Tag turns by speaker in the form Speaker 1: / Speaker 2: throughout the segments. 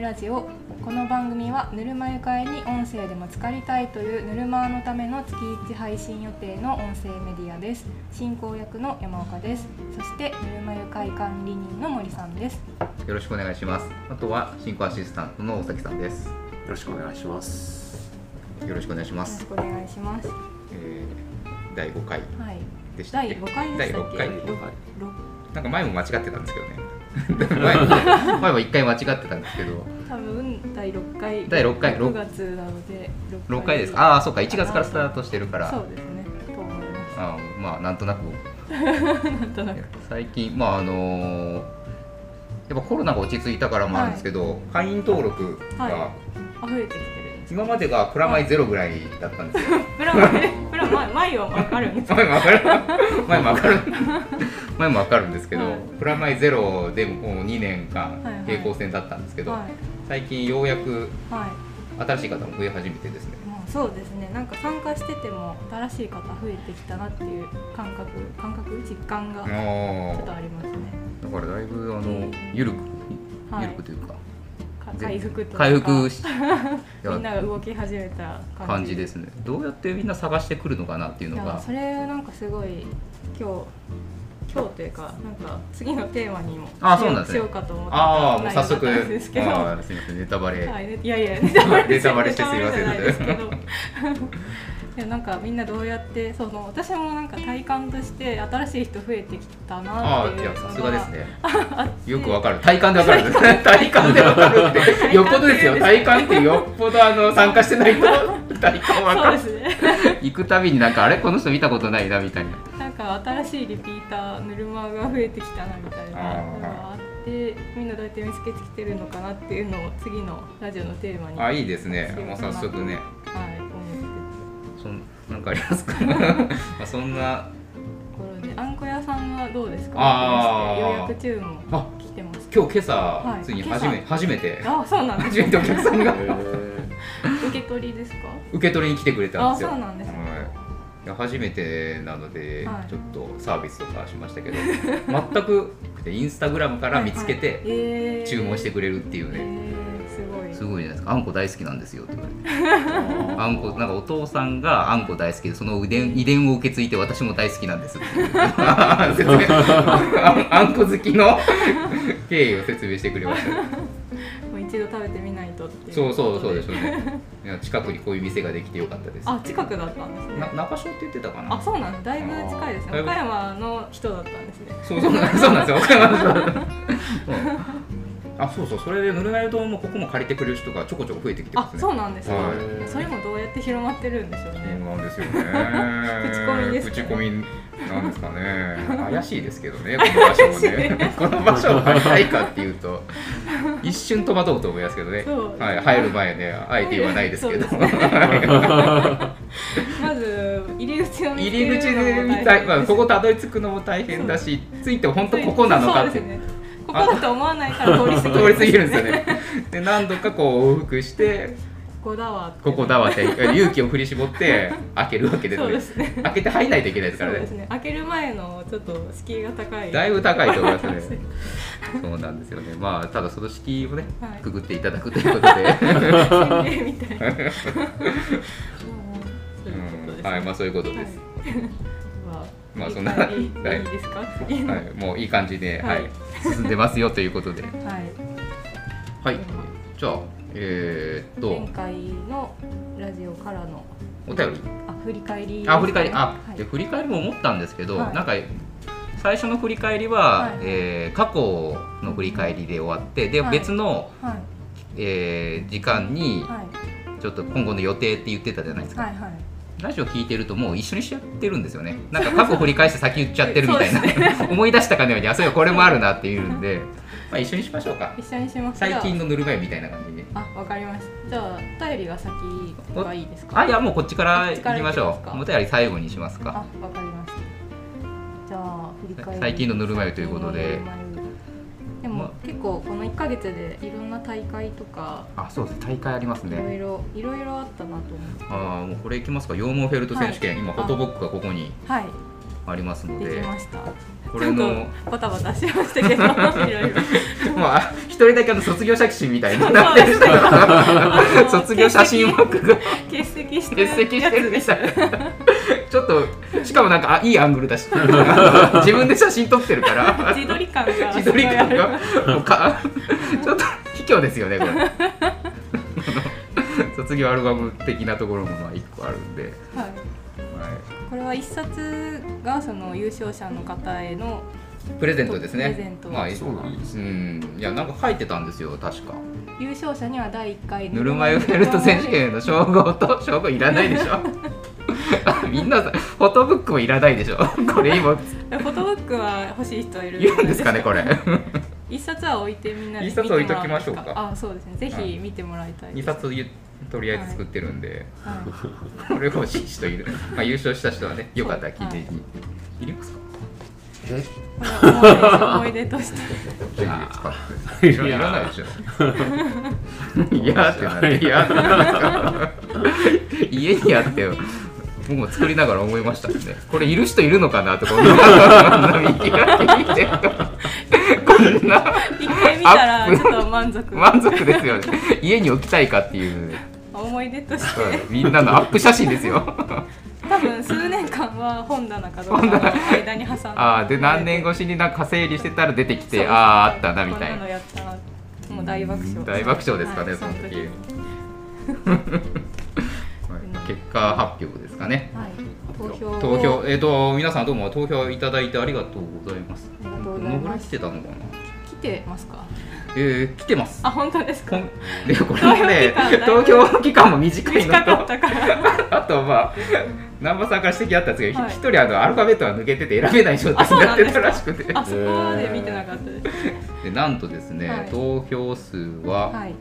Speaker 1: ラジオこの番組はぬるま湯会に音声でも浸かりたいというぬるま湯のための月1配信予定の音声メディアです進行役の山岡ですそしてぬるま湯会管理人の森さんです
Speaker 2: よろしくお願いします。あとは進行アシスタントの大崎さんです。
Speaker 3: よろしくお願いします。
Speaker 2: よろしくお願いしま
Speaker 1: よろし
Speaker 2: す。
Speaker 1: くお願いしますは
Speaker 2: えー第5回
Speaker 1: い
Speaker 2: でしたっけ
Speaker 1: 第5回でしたっけ
Speaker 2: 第
Speaker 3: 5
Speaker 1: ろ
Speaker 3: 回
Speaker 1: ろ
Speaker 2: なんか前も間違ってたんですけどね。 前も前も1回間違ってたんですけど、
Speaker 1: 多分第6回
Speaker 2: 第6回、
Speaker 1: 6
Speaker 2: 6,
Speaker 1: 月なので
Speaker 2: 6回ですか。ああー、そうか、1月からスタートしてるから、
Speaker 1: そうですねと思います
Speaker 2: あーまあ、なんとなく、
Speaker 1: なんとなく
Speaker 2: 最近、まあ、あのーやっぱコロナが落ち着いたからもあるんですけど、会員登録が、
Speaker 1: は溢れてきてるんです
Speaker 2: 今までがプラマイゼロぐらいだったんですよ。
Speaker 1: プラマイプラマイ前はわかるんです
Speaker 2: 前もわかる前もわかる前もわかるんですけど、
Speaker 1: はい
Speaker 2: プラマイゼロでもう2年間
Speaker 1: はいはい
Speaker 2: 平行線だったんですけ
Speaker 1: け
Speaker 2: ど、
Speaker 1: はい
Speaker 2: 最近ようやく
Speaker 1: はい
Speaker 2: 新しい方も増え始めてですね
Speaker 1: まあ、そうですねなんか参加してても新しい方増えてきたなっていう感覚感覚実感が
Speaker 2: あ
Speaker 1: ちょっ
Speaker 2: ー
Speaker 1: とありますね、
Speaker 2: だからだいぶあの緩く
Speaker 1: はい
Speaker 2: 緩くというか、
Speaker 1: か回復というか
Speaker 2: 回復し
Speaker 1: みんなが動き始めた感じ
Speaker 2: 感 じですねどうやってみんな探してくるのかなっていう
Speaker 1: い
Speaker 2: のが
Speaker 1: やそれなんかすごい今日今日というかなんか次のテーマにも
Speaker 2: あそうなんです
Speaker 1: し
Speaker 2: ね
Speaker 1: ようかと思って
Speaker 2: ああもう
Speaker 1: 内
Speaker 2: 早
Speaker 1: 容だ
Speaker 2: 速
Speaker 1: ったんですけど
Speaker 2: あーすみませんネタバレ、
Speaker 1: はい、いやいや、ネタ バレ
Speaker 2: ネタバレしてすいませ
Speaker 1: ネ
Speaker 2: ん
Speaker 1: タバレじ ゃないですけどいや、なんかみんなどうやって、その私もなんか体感として新しい人増えてきたな
Speaker 2: あ
Speaker 1: っ
Speaker 2: あ
Speaker 1: てい
Speaker 2: い
Speaker 1: う
Speaker 2: や
Speaker 1: のが。
Speaker 2: さすがですね
Speaker 1: あって。
Speaker 2: よくわかる体感でわ かるんですね体感でわかるって よっぽどですよ体感ってよっぽどあの参加して ないと体感わかる
Speaker 1: そうですね。
Speaker 2: 行くたびになんかあれこの人見たことないなみたいな
Speaker 1: なんか新しいリピーター、ぬるまが増えてきたなみたいなのがあって、みんなどうやって見つけてきてるのかなっていうのを次のラジオのテーマに、
Speaker 2: あ
Speaker 1: はい、
Speaker 2: いいですねもう早速ね
Speaker 1: 思って
Speaker 2: そんなんかありますかま あそんな
Speaker 1: ところで、あんこ屋さんはどうですか？
Speaker 2: あー
Speaker 1: 予約注文
Speaker 2: あ
Speaker 1: 来てます。
Speaker 2: 今日今朝、
Speaker 1: はい
Speaker 2: ついに初め
Speaker 1: 今
Speaker 2: 初めて
Speaker 1: あ、そうなんです
Speaker 2: 初めてお客さ んが
Speaker 1: 受け取りですか？
Speaker 2: 受け取りに来てくれたんですよ
Speaker 1: あそうなんですね
Speaker 2: はいいや初めてなので、
Speaker 1: はい
Speaker 2: ちょっとサービスとかしましたけど全くインスタグラムから見つけて注文してくれるっていうね、
Speaker 1: えー、す
Speaker 2: す
Speaker 1: ごい。
Speaker 2: ごいじゃないですかあんこ大好きなんですよって言 われてあんこなんかお父さんがあんこ大好きでその遺伝遺伝を受け継いで私も大好きなんですっていう説明あんあんこ好きの経緯を説明してくれました
Speaker 1: もう一度食べてみないとっていう。
Speaker 2: そうそうそうでしょう。ねいや近くにこういう店ができてよかったです
Speaker 1: あ、近くだったんですね。
Speaker 2: な中庄って言ってたかな
Speaker 1: あ、そうなんです。だいぶ近いです
Speaker 2: あーだ
Speaker 1: ね。
Speaker 2: いぶ
Speaker 1: 岡山の人だったんですね。
Speaker 2: そうそうなんそうなんですよ。わかりましたうんあそうそうそれでぬるなゆ丼もここも借りてくれる人がちょこちょこ増えてきてま
Speaker 1: あ
Speaker 2: す、ね。
Speaker 1: そうなんですか。
Speaker 2: はい
Speaker 1: それもどうやって広まってるんでしょう
Speaker 2: そう
Speaker 1: ね。
Speaker 2: なんですよね。
Speaker 1: 口コミですか
Speaker 2: 口コミなんですか ね。怪しいですけどね、この場所もね。 この場所を入りたいかっていうと、一瞬戸惑うと思いますけどね。
Speaker 1: そう
Speaker 2: はい、入る前ね、あえて言わないですけど。
Speaker 1: そうまず入り口を見
Speaker 2: 入
Speaker 1: つけ
Speaker 2: り
Speaker 1: る
Speaker 2: 口
Speaker 1: のも
Speaker 2: で見
Speaker 1: 大変
Speaker 2: たい、まあ、ここたどり着くのも大変だし、着いて本当ここなのかって
Speaker 1: そう。ですね。ここだと思わないから通り過ぎる。
Speaker 2: 通り過ぎるんですよね。で、何度かこう往復して、
Speaker 1: ここだわって。
Speaker 2: ここだわって、勇気を振り絞って、開けるわけです
Speaker 1: そう
Speaker 2: ね
Speaker 1: で。すね。
Speaker 2: 開けて入らないといけないですか
Speaker 1: そう
Speaker 2: ら
Speaker 1: で。
Speaker 2: ね
Speaker 1: すね。開ける前のちょっと敷居が高い。
Speaker 2: だいぶ高いと思いますね。そうなんですよね。まあただその敷居をね、
Speaker 1: はい
Speaker 2: くぐっていただくということ で、
Speaker 1: 心霊みたいな。うんそう
Speaker 2: う
Speaker 1: いうことですね。
Speaker 2: んはい、まあそういうこと
Speaker 1: は
Speaker 2: で
Speaker 1: い
Speaker 2: す。。
Speaker 1: ま
Speaker 2: ま
Speaker 1: あ
Speaker 2: あ
Speaker 1: そ
Speaker 2: そ
Speaker 1: ん
Speaker 2: ん
Speaker 1: な
Speaker 2: な
Speaker 1: はいいい
Speaker 2: はい
Speaker 1: ですか？次の
Speaker 2: は
Speaker 1: はい。
Speaker 2: い、もういい感じで、
Speaker 1: は
Speaker 2: はいい、進んでますよということで、はい。じゃあ、えーっ
Speaker 1: 前
Speaker 2: と、
Speaker 1: 回のラジオからの
Speaker 2: お便り。
Speaker 1: あ振り返りですね。
Speaker 2: あ、振り返り、あ
Speaker 1: は、い
Speaker 2: で振り返りも思ったんですけど、
Speaker 1: はい
Speaker 2: なんか。最初の振り返りは、
Speaker 1: はい
Speaker 2: えー過去の振り返りで終わって、で、
Speaker 1: はい
Speaker 2: 別の、
Speaker 1: はい
Speaker 2: えー時間に、
Speaker 1: はい
Speaker 2: ちょっと今後の予定って言ってたじゃないですか。
Speaker 1: はいはい。
Speaker 2: ラジオ聞いてるともう一緒にしちゃってるんですよねなんか過去振り返して先言っちゃってるみたいな、
Speaker 1: そ
Speaker 2: 思い出したかのようにあそういえばこれもあるなっていうんでまあ一緒にしましょうか
Speaker 1: 一緒にします。
Speaker 2: 最近
Speaker 1: じゃ
Speaker 2: のぬるま湯みたいな感じに
Speaker 1: あ。あわかりました。じゃあお便りが先がいいですか？
Speaker 2: あいやもうこっちから
Speaker 1: こっ
Speaker 2: い
Speaker 1: ちから
Speaker 2: きまし
Speaker 1: 行き
Speaker 2: ょ
Speaker 1: ます
Speaker 2: う
Speaker 1: か
Speaker 2: お便り最後にします
Speaker 1: あ
Speaker 2: か
Speaker 1: わかりました。じゃあ振り返り
Speaker 2: 最近のぬるま湯ということで
Speaker 1: 最近のぬるま湯でも、
Speaker 2: ま
Speaker 1: 結構この1ヶ月でいろんな大会とか
Speaker 2: あそうですね大会あります
Speaker 1: いろ
Speaker 2: ね
Speaker 1: いろいろいろあったなと思って
Speaker 2: あーもうこれいきますか羊毛フェルト選手権、
Speaker 1: はい
Speaker 2: 今フォトボックがここに
Speaker 1: はい
Speaker 2: あありますの
Speaker 1: でき
Speaker 2: で
Speaker 1: ました
Speaker 2: こ
Speaker 1: ち
Speaker 2: れ
Speaker 1: ょっ
Speaker 2: の
Speaker 1: とバタバタしましたけ どいろいろ
Speaker 2: まあ一人だけあの卒業写真みたいになってる人が卒業写 真枠が
Speaker 1: 欠席して
Speaker 2: 欠席してる
Speaker 1: や
Speaker 2: でしたね ちょっとしかもなんかあいいアングル だし自分で写真撮ってるから
Speaker 1: つ自撮り感が
Speaker 2: 自撮り感
Speaker 1: すごいある
Speaker 2: がもうかちょっと卑怯ですよねこ れあの卒業アルバム的なところもまあ一個あるんで、
Speaker 1: はい
Speaker 2: は
Speaker 1: これは一冊がその優勝者の方への
Speaker 2: い、プレゼントですね
Speaker 1: プレゼント
Speaker 2: まあい
Speaker 3: そうなんです
Speaker 2: うんいやなんか書いてたんですよ確か
Speaker 1: 優勝者には第1回
Speaker 2: ぬるま湯フェルト選手権の称号 と称号いらないでしょみんなさフォトブックもいらないでしょこれ今
Speaker 1: えフォトブックは欲しい人いる
Speaker 2: 言うんですかねこれ
Speaker 1: 一冊は置いてみんなで
Speaker 2: 一冊置いときましょうか
Speaker 1: 見てもらえますあそうですねぜひ見てもらいたい
Speaker 2: 2冊ゆとりあえず作ってるんで、
Speaker 1: は
Speaker 2: これ欲しい人い る、まあ、優勝した人はねよかったら聞いてみいりますか
Speaker 3: え
Speaker 1: い思い出思い出として
Speaker 2: ぜひ使っ
Speaker 3: い
Speaker 2: ていらいらないで しょいやーってなるいやーってなる家にあって僕も作りながら思いましたねこれいる人いるのかなとか思いながら見て見てこんな
Speaker 1: 一回見たらちょっと満足
Speaker 2: 満足ですよね家に置きたいかっていう、
Speaker 1: 思い出として
Speaker 2: うんみんなのアップ写真ですよ
Speaker 1: 多分数年間は本棚かどうかの間に挟んで
Speaker 2: あーで何年越しになんか整理してたら出てき
Speaker 1: そう
Speaker 2: てあああったなみ
Speaker 1: こ
Speaker 2: たい
Speaker 1: んな
Speaker 2: な
Speaker 1: のやったなもう大爆笑
Speaker 2: 大爆笑ですかね
Speaker 1: はい
Speaker 2: その時
Speaker 1: はい
Speaker 2: はい結果発表ですかね
Speaker 1: 投票を
Speaker 2: 投票えっ、と皆さんどうも投票いただいてありがとうございます
Speaker 1: ありがと
Speaker 2: ど
Speaker 1: うございます
Speaker 2: のぐらい来てたのかな
Speaker 1: 来てますか
Speaker 2: えー、来てます
Speaker 1: あ本当ですか
Speaker 2: こんでこれも ね
Speaker 1: 投
Speaker 2: 投
Speaker 1: 票
Speaker 2: 票期間も短いの
Speaker 1: 短かっ
Speaker 2: と
Speaker 1: たから
Speaker 2: あとまあ南波さんから指摘あったんですけど
Speaker 1: はい
Speaker 2: 一、人あのアルファベットが抜けてて選べない状態
Speaker 1: あそう
Speaker 2: に
Speaker 1: な
Speaker 2: なんって
Speaker 1: です
Speaker 2: た
Speaker 1: から
Speaker 2: しくて
Speaker 1: あそこまで見てなかったです
Speaker 2: でなんとですね、
Speaker 1: はい
Speaker 2: 投票数は、
Speaker 1: はい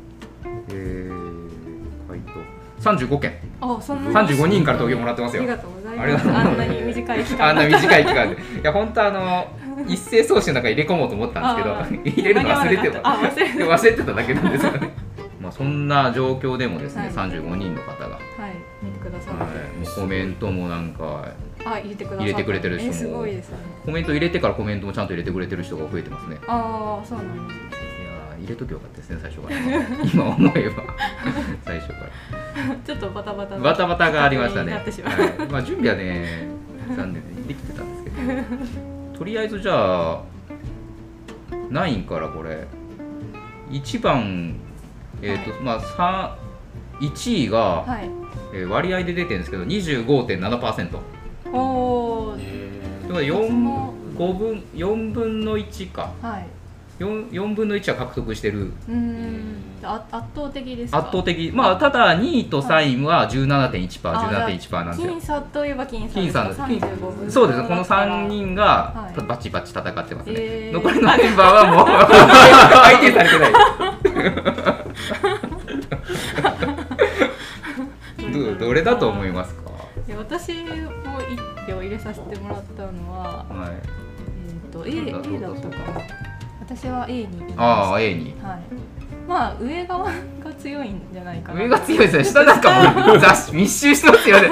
Speaker 2: えー、回答35件
Speaker 1: あそんなに
Speaker 2: 35人から投票もらってます
Speaker 1: あ
Speaker 2: よ
Speaker 1: りがとうござい
Speaker 2: あり
Speaker 1: ま
Speaker 2: が
Speaker 1: す
Speaker 2: とうござい
Speaker 1: あ
Speaker 2: ます
Speaker 1: んなに短い期間
Speaker 2: あんな短い期間でいや本当あの一斉送信の中に入れ込もうと思ったん
Speaker 1: あ
Speaker 2: ですけ
Speaker 1: ー
Speaker 2: ど入れるの忘れてた
Speaker 1: あ忘れてた
Speaker 2: 忘れてただけなんですよね まあそんな状況でもですね、
Speaker 1: はい
Speaker 2: 35人の方が、
Speaker 1: はい見てくださって、
Speaker 2: はい、もうコメントもなんか
Speaker 1: あ入れてくださった
Speaker 2: 入れてくれてる人も
Speaker 1: えすごいですね
Speaker 2: コメント入れてからコメントもちゃんと入れてくれてる人が増えてますねい
Speaker 1: ああそうなんですね
Speaker 2: やー入れときゃよかったですね最初から今思えば最初から
Speaker 1: ちょっとバタバタ
Speaker 2: バタバタがありましたね。
Speaker 1: バタバタになってしまう
Speaker 2: はい、まあ準備はね、残念でできてたんですけど。 とりあえずじゃあ、9からこれ、1番、えっ、と、まあさ1位が、
Speaker 1: はい
Speaker 2: えー割合で出てるんですけど、25.7%。という
Speaker 1: おー
Speaker 2: ことで
Speaker 1: その
Speaker 2: 4、5分、4分の1か。
Speaker 1: はい
Speaker 2: 4, 4分の1は獲得してる
Speaker 1: うーんあ圧倒的ですか
Speaker 2: 圧倒的まあただ2位と3位は 17.1%17.1% なんですよ
Speaker 1: 僅差といえば僅差
Speaker 2: 金さんです
Speaker 1: 35分
Speaker 2: そうですこの3人が
Speaker 1: はい
Speaker 2: バチバチ戦ってますね、
Speaker 1: えー
Speaker 2: 残りのメンバー はもう相手されてないどどれだと思いますか、
Speaker 1: いや私も一票入れさせてもらったのは
Speaker 2: はい、
Speaker 1: えっ、と
Speaker 2: どうだ
Speaker 1: A, A だ
Speaker 2: どう
Speaker 1: っ
Speaker 2: だ
Speaker 1: たかな私は A に入れました
Speaker 2: あ
Speaker 1: は
Speaker 2: あ A に
Speaker 1: いまあ上側が強いんじゃないかな
Speaker 2: 上が強いですね下なんかもう雑誌密集してますよね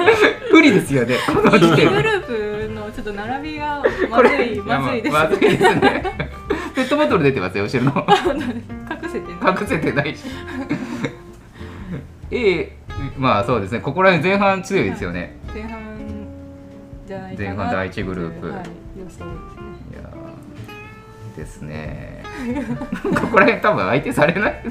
Speaker 2: 不利ですよねこの時点
Speaker 1: グ
Speaker 2: で
Speaker 1: ループのちょっと並びが
Speaker 2: こ
Speaker 1: まず
Speaker 2: れ
Speaker 1: いまずいです
Speaker 2: やままずいですねペットボトル出てますよ後ろ の
Speaker 1: 隠せてない
Speaker 2: 隠せてないし A まあそうですねここら辺前半強いですよね、
Speaker 1: 前半じゃないかな
Speaker 2: 前半第一グループ
Speaker 1: はい、予想ですね
Speaker 2: いやーですねここら辺多分相手され ない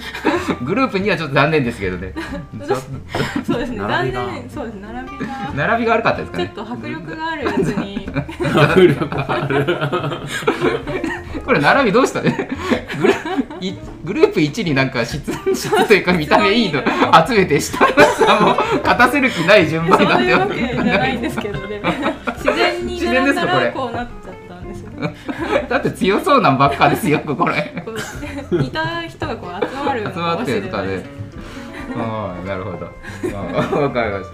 Speaker 2: グループにはちょっと残念ですけどねちょっと
Speaker 1: そうですね
Speaker 3: 並びが
Speaker 1: 断然そうです並びが
Speaker 2: 並びが悪かったですか
Speaker 1: ちょっ
Speaker 2: ね
Speaker 1: と迫力があるやつに
Speaker 2: これ並びどうしたねグルいグループ1になんか質質というか見た目いいの集めて下のさもう勝たせる気ない順
Speaker 1: そう
Speaker 2: 番になって
Speaker 1: いうわけ
Speaker 2: ます
Speaker 1: じゃないんですけどね自然に
Speaker 2: 自然
Speaker 1: 並
Speaker 2: で
Speaker 1: ん
Speaker 2: す
Speaker 1: だ
Speaker 2: かこれ
Speaker 1: らこうなっちゃったんですよ
Speaker 2: だって強そうなんばっかですよここら辺
Speaker 1: こう似た人がこう集まるの
Speaker 2: 集ま
Speaker 1: か
Speaker 2: っ
Speaker 1: もしてれ
Speaker 2: るとか
Speaker 1: ない
Speaker 2: で
Speaker 1: です。
Speaker 2: ああ、なるほど。ああ、わかりました。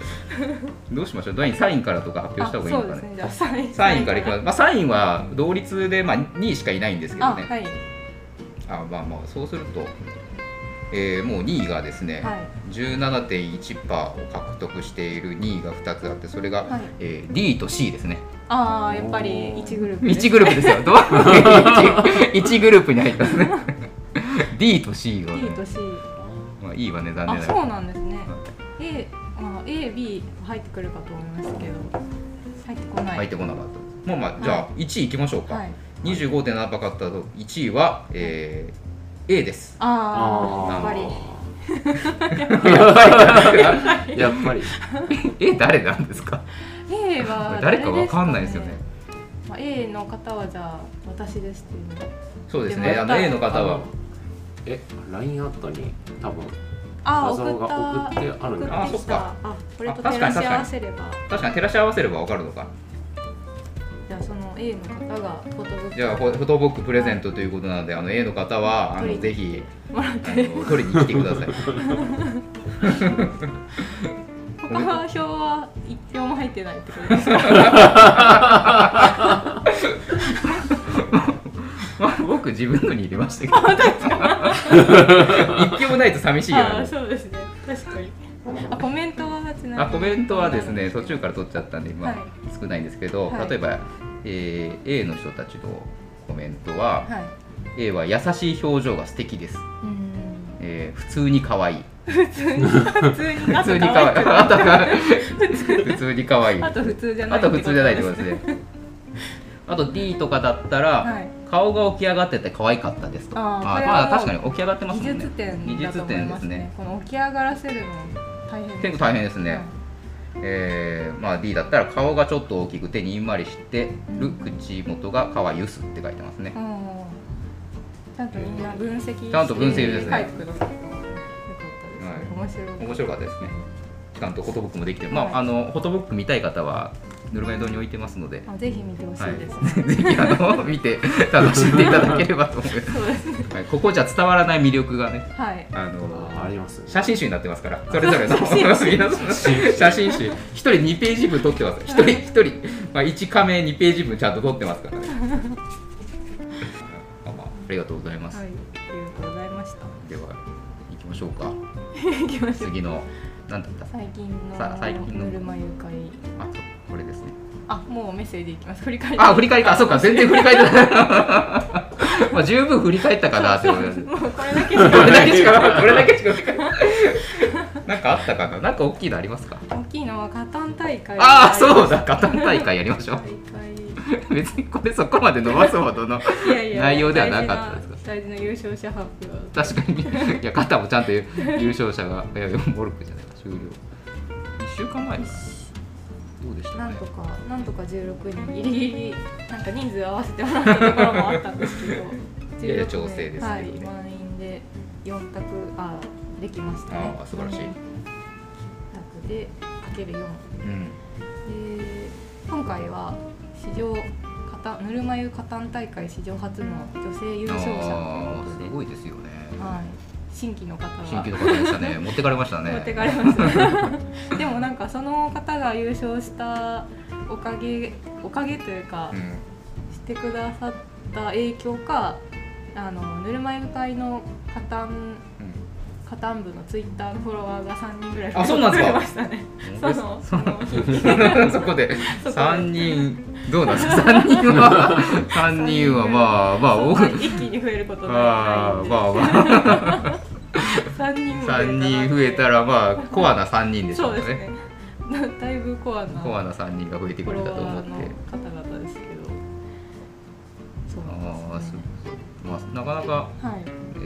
Speaker 2: どうしましょう。第サインからとか発表
Speaker 1: あ
Speaker 2: し
Speaker 1: そ
Speaker 2: た方
Speaker 1: う
Speaker 2: が
Speaker 1: で
Speaker 2: いいのか
Speaker 1: す
Speaker 2: ね。
Speaker 1: ねじゃあサイン
Speaker 2: サインからいきますす。まあサインは同率でまあ2位しかいないんですけど
Speaker 1: あ
Speaker 2: ね。
Speaker 1: はい
Speaker 2: あまあまあそうすると、えーもう2位がですね、
Speaker 1: はい
Speaker 2: 17.1%を獲得している2位が2つあって、それが、
Speaker 1: はい
Speaker 2: えー D と C ですね。
Speaker 1: ああやっぱり一グループ
Speaker 2: 1グループ ですよ どう 1, グループに入ったんですね D と C が、ね
Speaker 1: D と C
Speaker 2: まあ、いいわね残
Speaker 1: あ
Speaker 2: 念なが
Speaker 1: そ
Speaker 2: ら
Speaker 1: うなんですね A あ AB 入ってくるかと思いましたけど入ってこない
Speaker 2: 入ってこなかったもうまあじゃあ1位いきましょうか、
Speaker 1: はい、
Speaker 2: 25.7%パーだと1位は、えー A です
Speaker 1: ああやっぱり
Speaker 3: りやっぱり
Speaker 2: A 誰なんですか
Speaker 1: A は
Speaker 2: 誰かわかんないですよね
Speaker 1: まあ A の方はじゃあ私ですっていうの
Speaker 2: そうです
Speaker 1: で
Speaker 2: ね
Speaker 1: も
Speaker 2: あの A の方は
Speaker 3: え LINE アットに多分
Speaker 1: ああ
Speaker 3: 画
Speaker 1: 送
Speaker 3: 像
Speaker 1: っ
Speaker 3: が
Speaker 1: た
Speaker 3: 送ってあるんだ
Speaker 2: あ
Speaker 1: 送っ
Speaker 2: そ
Speaker 1: てき
Speaker 2: っか
Speaker 1: たあこれと
Speaker 2: あ
Speaker 1: 照
Speaker 2: 確か
Speaker 1: ら
Speaker 2: に
Speaker 1: し合わせれば
Speaker 2: 確かに照らし合わせればわかるのか
Speaker 1: じゃあその A の方がフォトブック
Speaker 2: じゃあフォフォトブックプレゼントということなのであの A の方はあ
Speaker 1: 取り
Speaker 2: の
Speaker 1: に
Speaker 2: ぜひ
Speaker 1: もらっ
Speaker 2: あ
Speaker 1: て
Speaker 2: の取りに来てくだ さい
Speaker 1: 他の表は一票も入ってないってことですか
Speaker 2: まあ僕自分のに入れましたけど 一票ないと寂しいよ
Speaker 1: あ
Speaker 2: ね
Speaker 1: あそうですね確かにあコメントはつな
Speaker 2: あコメントはですね途中から取っちゃったんで今、
Speaker 1: はい
Speaker 2: 少ないんですけど、
Speaker 1: はい
Speaker 2: 例えば、えー A の人たちのコメントは、
Speaker 1: はい
Speaker 2: A は優しい表情が素敵です、
Speaker 1: うん
Speaker 2: えー普通に可愛い
Speaker 1: 普通に
Speaker 2: 普
Speaker 1: あ
Speaker 2: 通
Speaker 1: と
Speaker 2: に可
Speaker 1: 可
Speaker 2: 愛
Speaker 1: 愛
Speaker 2: いあとは普通に可愛い
Speaker 1: いあ
Speaker 2: あ
Speaker 1: と普通じゃない
Speaker 2: と普通じゃないって
Speaker 1: す
Speaker 2: ことですねあと D とかだったら、
Speaker 1: はい
Speaker 2: 顔が起き上がってて可愛かったですと
Speaker 1: あー
Speaker 2: ー
Speaker 1: これは
Speaker 2: まあ
Speaker 1: もう
Speaker 2: 確かに起き上がってますもんね
Speaker 1: 技術点だと思い
Speaker 2: 技術
Speaker 1: ま
Speaker 2: 点ですす
Speaker 1: ね
Speaker 2: ね
Speaker 1: この起き上がらせるの大変
Speaker 2: 結構大変ですね、えーまあ、D だったら顔がちょっと大きくてにんまりしてる口元が可愛いすって書いてますね
Speaker 1: う、んうんちゃんとみんな分析して
Speaker 2: ちゃんと分析ですね
Speaker 1: 書いてくださったよかったです、面白い
Speaker 2: 面白かったですねちゃんとフォトブックもできてる、ま
Speaker 1: はい
Speaker 2: あ、あのフォトブック見たい方はぬるま湯堂に置いてますので、
Speaker 1: あぜひ見てほしいです、
Speaker 2: はい、ぜひあの見て楽しんでいただければと思います、
Speaker 1: そうですね
Speaker 2: はい、ここじゃ伝わらない魅力がね
Speaker 1: はい
Speaker 2: あ
Speaker 3: ああ
Speaker 2: の
Speaker 3: りますね
Speaker 2: 写真集になってますからそれぞれの
Speaker 1: 写真集
Speaker 2: 皆さん写真集一人2ページ分撮ってます一人一人、まあ、1カメ2ページ分ちゃんと撮ってますからねあまあありがとうございます、
Speaker 1: はいありがとうございました
Speaker 2: では行きましょうか
Speaker 1: 行きましょう
Speaker 2: 次の何だった
Speaker 1: 最近の
Speaker 2: さ最近の
Speaker 1: ぬるま湯会
Speaker 2: あそうこれですね
Speaker 1: あもうメッセージいきます振り返り
Speaker 2: あ振り返りかそうか全然振り返って ないまあ十分振り返ったかなって
Speaker 1: そ
Speaker 2: 思
Speaker 1: う
Speaker 2: い
Speaker 1: で
Speaker 2: ますす
Speaker 1: もうこれだけし
Speaker 2: これ
Speaker 1: か
Speaker 2: だけしかこれだけしか振り返ってなんかあったかななんか大きいのありますか
Speaker 1: 大きいのはカタン大会
Speaker 2: ああそうだカタン大会やりましょ
Speaker 1: 大
Speaker 2: う
Speaker 1: 会
Speaker 2: 別にこれそこまで伸ばすほどの
Speaker 1: いやいや
Speaker 2: 内容ではなかったですか
Speaker 1: 大事な大事な優勝者発表
Speaker 2: 確かにいや肩もちゃんと優勝者がいやいやモルクじゃない終了一週間前かなどうでしたか
Speaker 1: なん
Speaker 2: ね
Speaker 1: とか、なんとか16人ギリギリなんか人数合わせてもらったところもあったんです けど
Speaker 2: いやいや
Speaker 1: 16名
Speaker 2: 調整です
Speaker 1: はい、
Speaker 2: けどね
Speaker 1: 満員で4択あできましたね
Speaker 2: あー素晴らしい
Speaker 1: 4択でかける4
Speaker 2: うん
Speaker 1: で今回は史上カタぬるま湯カタン大会史上初の女性優勝者
Speaker 2: あ
Speaker 1: という
Speaker 2: ー
Speaker 1: こと
Speaker 2: す
Speaker 1: で
Speaker 2: ごいですよね
Speaker 1: はい、新規の方は
Speaker 2: 新規の方でしたね持ってかれましたね
Speaker 1: 持ってかれま した。でもなんかその方が優勝したおかげおかげというか、
Speaker 2: うん
Speaker 1: してくださった影響か、あのぬるま湯会の加担加担部のツイッターのフォロワーが3人ぐらい
Speaker 2: あそうなんですか
Speaker 1: 増えましたね。そのその
Speaker 2: うんそこで三人どうなん ですか三人は三人はまあまあ 多
Speaker 1: そんない一気に増えること
Speaker 2: あ
Speaker 1: ない
Speaker 2: ー。まあまあ
Speaker 1: 三人も
Speaker 2: 三人増えたらまあコアな三人でし
Speaker 1: そ
Speaker 2: ょ
Speaker 1: う
Speaker 2: う
Speaker 1: で
Speaker 2: か
Speaker 1: す
Speaker 2: ね
Speaker 1: ね。だいぶコアな。
Speaker 2: コアな三人が増えて
Speaker 1: フ
Speaker 2: く
Speaker 1: ォ
Speaker 2: れ
Speaker 1: ロ
Speaker 2: た
Speaker 1: ワ
Speaker 2: と思っ
Speaker 1: ー
Speaker 2: て
Speaker 1: の方々ですけどそう
Speaker 2: あ
Speaker 1: な
Speaker 2: あ
Speaker 1: んです
Speaker 2: そう
Speaker 1: ね
Speaker 2: まあなかなか
Speaker 1: はい
Speaker 2: えー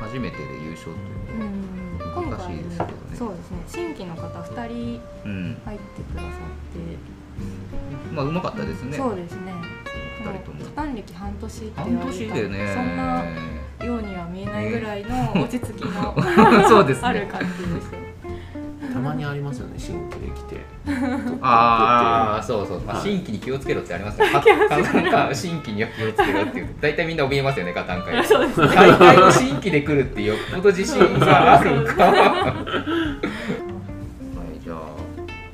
Speaker 2: 初めてで優勝というう
Speaker 1: ん今
Speaker 2: のは難
Speaker 1: 回
Speaker 2: しい
Speaker 1: ね
Speaker 2: ですけどね
Speaker 1: そうですね新規の方2人
Speaker 2: うん
Speaker 1: 入ってくださっ
Speaker 2: まあうまかったです
Speaker 1: て、
Speaker 2: ね
Speaker 1: そうですね
Speaker 2: 二人とも
Speaker 1: 加担歴半年って言
Speaker 2: 半
Speaker 1: われ
Speaker 2: 年
Speaker 1: た
Speaker 2: でね
Speaker 1: そんな ようには見えないぐらいの落ち着きの
Speaker 2: そうですね
Speaker 1: ある感じでした
Speaker 3: たまにありますよね新規で来て
Speaker 2: ああ
Speaker 3: 撮っ
Speaker 2: そうそう、まあ、
Speaker 3: はい
Speaker 2: 新規に気をつけろってありますよ、ね、か新規には気をつけろっていう大体みんな怯えますよね加担会
Speaker 1: そうですね
Speaker 2: 大体新規で来るってよっぽど自信が あるかはいじゃあ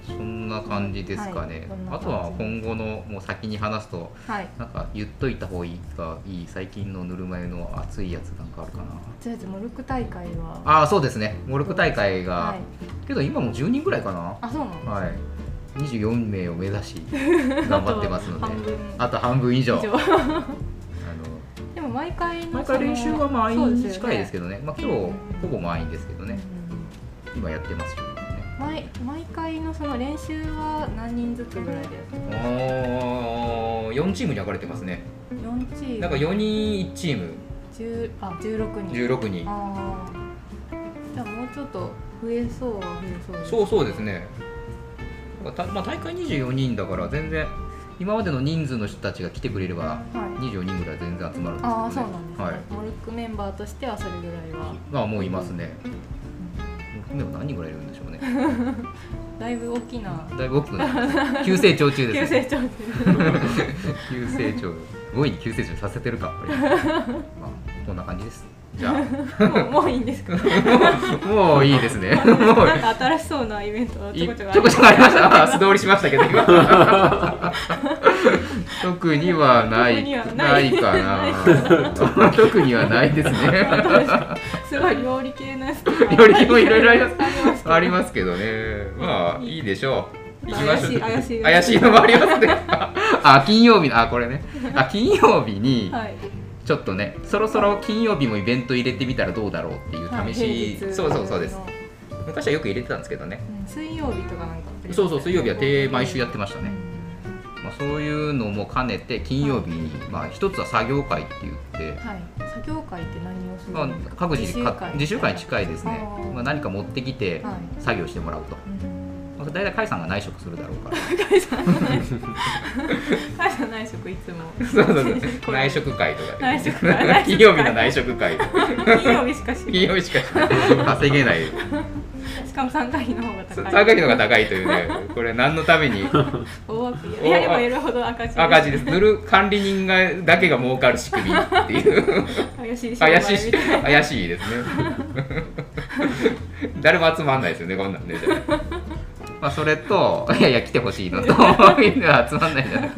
Speaker 2: そんな感じですか
Speaker 1: はい
Speaker 2: ね
Speaker 1: こん、な
Speaker 2: あ
Speaker 1: 感じ
Speaker 2: とは今後のもう先に話すと
Speaker 1: はい
Speaker 2: なんか言っといた方がいいかいい最近のぬるま湯の熱いやつなんかあるかな
Speaker 1: とりあえずモルック大会は
Speaker 2: ああそうですねモルク大会が、
Speaker 1: はい
Speaker 2: けど今もう10人ぐらいかな
Speaker 1: あそうなんですね
Speaker 2: はい、 24名を目指 し頑張ってますので
Speaker 1: 半分
Speaker 2: あと半分以上
Speaker 1: 以上
Speaker 2: あの
Speaker 1: でも毎回の
Speaker 2: 毎回練習は満
Speaker 1: そう
Speaker 2: 員
Speaker 1: ですよね
Speaker 2: に近いですけどねまあ、今日ほぼ満員ですけど
Speaker 1: その
Speaker 2: ね今やってますよ
Speaker 1: 毎毎回のその練習は何人ずつぐらいで
Speaker 2: ねお4チームに分かれてますね
Speaker 1: 4チーム
Speaker 2: なんか4人1チーム
Speaker 1: 10あ16人
Speaker 2: 16人
Speaker 1: あーじゃあもうちょっと増えそうは増えそうです
Speaker 2: そうそうですねなんかた、まあ、大会24人だから全然今までの人数の人たちが来てくれれば
Speaker 1: はい
Speaker 2: 24人ぐらい全然集まるんですけど、ね、
Speaker 1: ああそうなんですね、
Speaker 2: はい
Speaker 1: モルックメンバーとしてはそれぐらいは
Speaker 2: まあもういますね。でも何人ぐらいいるんでしょうね。
Speaker 1: だいぶ大きな
Speaker 2: だいぶ大きくなって 急成長中で
Speaker 1: 急
Speaker 2: す、ね。
Speaker 1: 成長です
Speaker 2: 急成長。5位に急成長させてるか。これ まあこんな感じ です。じゃ
Speaker 1: もうもういいんですか
Speaker 2: あもういいですね。もう
Speaker 1: なんか新しそうなイベントはち
Speaker 2: い
Speaker 1: ょ
Speaker 2: ちょ
Speaker 1: こ
Speaker 2: こ
Speaker 1: ち
Speaker 2: ち
Speaker 1: ょ
Speaker 2: ょ
Speaker 1: こ
Speaker 2: こ
Speaker 1: あります
Speaker 2: ありました。あ素通りしま したけど今。特にはない
Speaker 1: 特にはな
Speaker 2: ないいか な。特にはないですね。
Speaker 1: すごい料理系のやつとか
Speaker 2: よりもいろいろあります。
Speaker 1: ます
Speaker 2: ありますけどね。まあいいでしょう。行きましょう。
Speaker 1: 怪しい
Speaker 2: 怪しいのもあり ますね。あ金曜日のあこれね。あ金曜日に
Speaker 1: はい
Speaker 2: ちょっとね、そろそろ金曜日もイベント入れてみたらどうだろうっていう
Speaker 1: はい
Speaker 2: 試し、
Speaker 1: 平日
Speaker 2: そうそうそうです
Speaker 1: の。う
Speaker 2: 昔はよく入れてたんですけどね。
Speaker 1: ん水曜日とかなんか
Speaker 2: そうそう水曜日は定毎週やってました
Speaker 1: たね
Speaker 2: ね。まあそういうのも兼ねて金曜日にまあ一つは作業会って言って。
Speaker 1: はい作業会って何をする
Speaker 2: まあ
Speaker 1: んです、か
Speaker 2: 各自でか自習会に
Speaker 1: い
Speaker 2: 近いですね
Speaker 1: あー、
Speaker 2: まあ、何か持ってきて
Speaker 1: はい
Speaker 2: 作業してもらうと、 まあ、大体甲斐さんが内職するだろうから
Speaker 1: 会社の内職会社の内職いつも
Speaker 2: そう そうそう
Speaker 1: これ
Speaker 2: 内 職会とかで
Speaker 1: 内職会
Speaker 2: 金曜日の内職会
Speaker 1: 金曜日しかし
Speaker 2: 金曜日しか稼げない
Speaker 1: しかも参加費の方が
Speaker 2: 参
Speaker 1: 高い
Speaker 2: 加費の方が高いというねこれ何のために
Speaker 1: 大枠ややればやるほど赤字
Speaker 2: 赤字です塗る管理人がだけが儲かる仕組みっていう
Speaker 1: 怪しい商売
Speaker 2: 怪しいし
Speaker 1: みたいな
Speaker 2: 怪しいですね 誰も集まんないですよねこんなんねまあそれといやいや来てほしいのとみんな集まんないじゃない